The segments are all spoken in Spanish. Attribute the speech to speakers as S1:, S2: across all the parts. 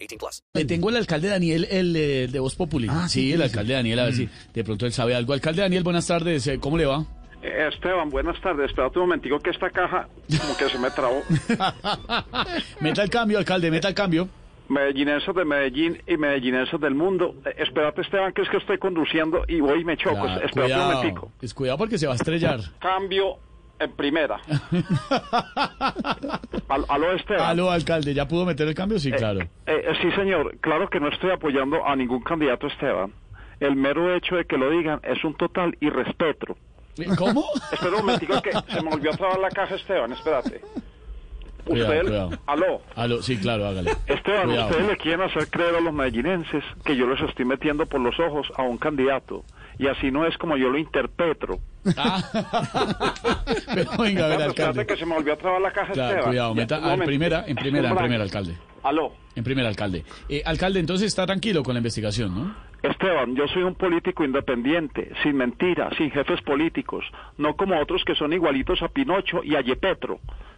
S1: 18 plus.
S2: Le tengo el alcalde Daniel, el, eh, de Voz Populi. sí, Mm. el alcalde Daniel, a ver si de pronto él sabe algo. Alcalde Daniel, buenas tardes, eh, ¿cómo le va?
S3: Eh, Esteban, buenas tardes. Espérate un momentico que esta caja como que se me trabó.
S2: Meta el cambio, alcalde, meta el cambio.
S3: Medellinenses de Medellín y medellinenses del mundo. Eh, espérate, Esteban, que es que estoy conduciendo y voy y me choco.
S2: Ah,
S3: espérate Pues, un
S2: cuidado,
S3: momentico.
S2: pues cuidado porque se va a estrellar.
S3: Cambio en primera. Al- aló, Esteban.
S2: Aló, alcalde, ¿ya pudo meter el cambio? Sí,
S3: Eh,
S2: claro.
S3: eh, eh, sí, señor. Claro que no estoy apoyando a ningún candidato, Esteban. El mero hecho de que lo digan es un total irrespeto.
S2: Eh. ¿Cómo?
S3: Espera un momentico que se me volvió a trabar la caja, Esteban. Espérate.
S2: Cuidado,
S3: Usted,
S2: cuidado.
S3: aló.
S2: Aló, sí, claro, hágale.
S3: Esteban,
S2: Cuidado.
S3: ustedes le quieren hacer creer a los medellinenses que yo les estoy metiendo por los ojos a un candidato. Y así no es como yo lo interpreto.
S2: Ah, Pero venga, a ver,
S3: Espérate, espérate
S2: alcalde.
S3: que se me volvió a trabar la caja,
S2: Claro,
S3: Esteban.
S2: cuidado,
S3: Ya,
S2: meta
S3: un
S2: en
S3: momento.
S2: primera, en primera, en
S3: Espera.
S2: primera, alcalde.
S3: Aló.
S2: En primera, alcalde. Eh, alcalde, entonces está tranquilo con la investigación, ¿no?
S3: Esteban, yo soy un político independiente, sin mentiras, sin jefes políticos, no como otros que son igualitos a Pinocho y a Yepetro.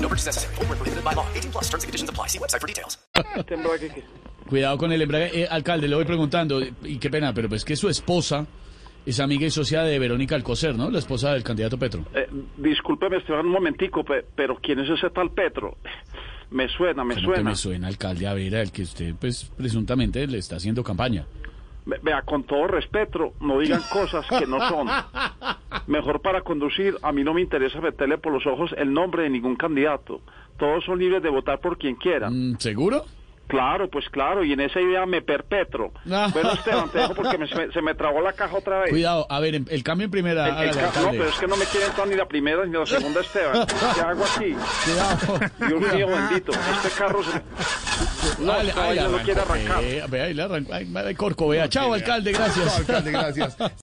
S1: No purchase necessary. Void were prohibited by law. 18 plus. Terms and conditions apply. See website for details.
S3: este embrague que-
S2: Cuidado con el embrague. Eh, alcalde, le voy preguntando, eh, y qué pena, pero pues que su esposa es amiga y socia de Verónica Alcocer, ¿no? La esposa del candidato Petro.
S3: Eh, discúlpeme, Esteban, un momentico, pe- pero ¿quién es ese tal Petro? Me suena, me
S2: Como que
S3: suena.
S2: me suena, alcalde, a ver, al que usted, pues, presuntamente le está haciendo campaña.
S3: Ve- Vea, con todo respeto, no digan cosas que no son. Mejor para conducir, a mí no me interesa meterle por los ojos el nombre de ningún candidato. Todos son libres de votar por quien quieran.
S2: Mm, ¿Seguro?
S3: Claro, pues claro, y en esa idea me perpetro. Bueno, Esteban, te dejo porque me- se, me, se me trabó la caja otra vez.
S2: Ah. Cuidado, a ver, em- el cambio en primera,
S3: El- pues, el
S2: hágale,
S3: ca- no,
S2: alcalde.
S3: pero es que no me quieren entrar ni la primera ni la segunda, Esteban. ¿Qué hago aquí? Dios mío, bendito. Este carro se... No,
S2: Hágale,
S3: Esteban,
S2: hágale,
S3: ya no quiere
S2: arrancó,
S3: arrancar.
S2: vea, vea, ahí le arrancó, ay, madre, corcovea. Chao, alcalde, gracias.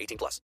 S1: 18 plus.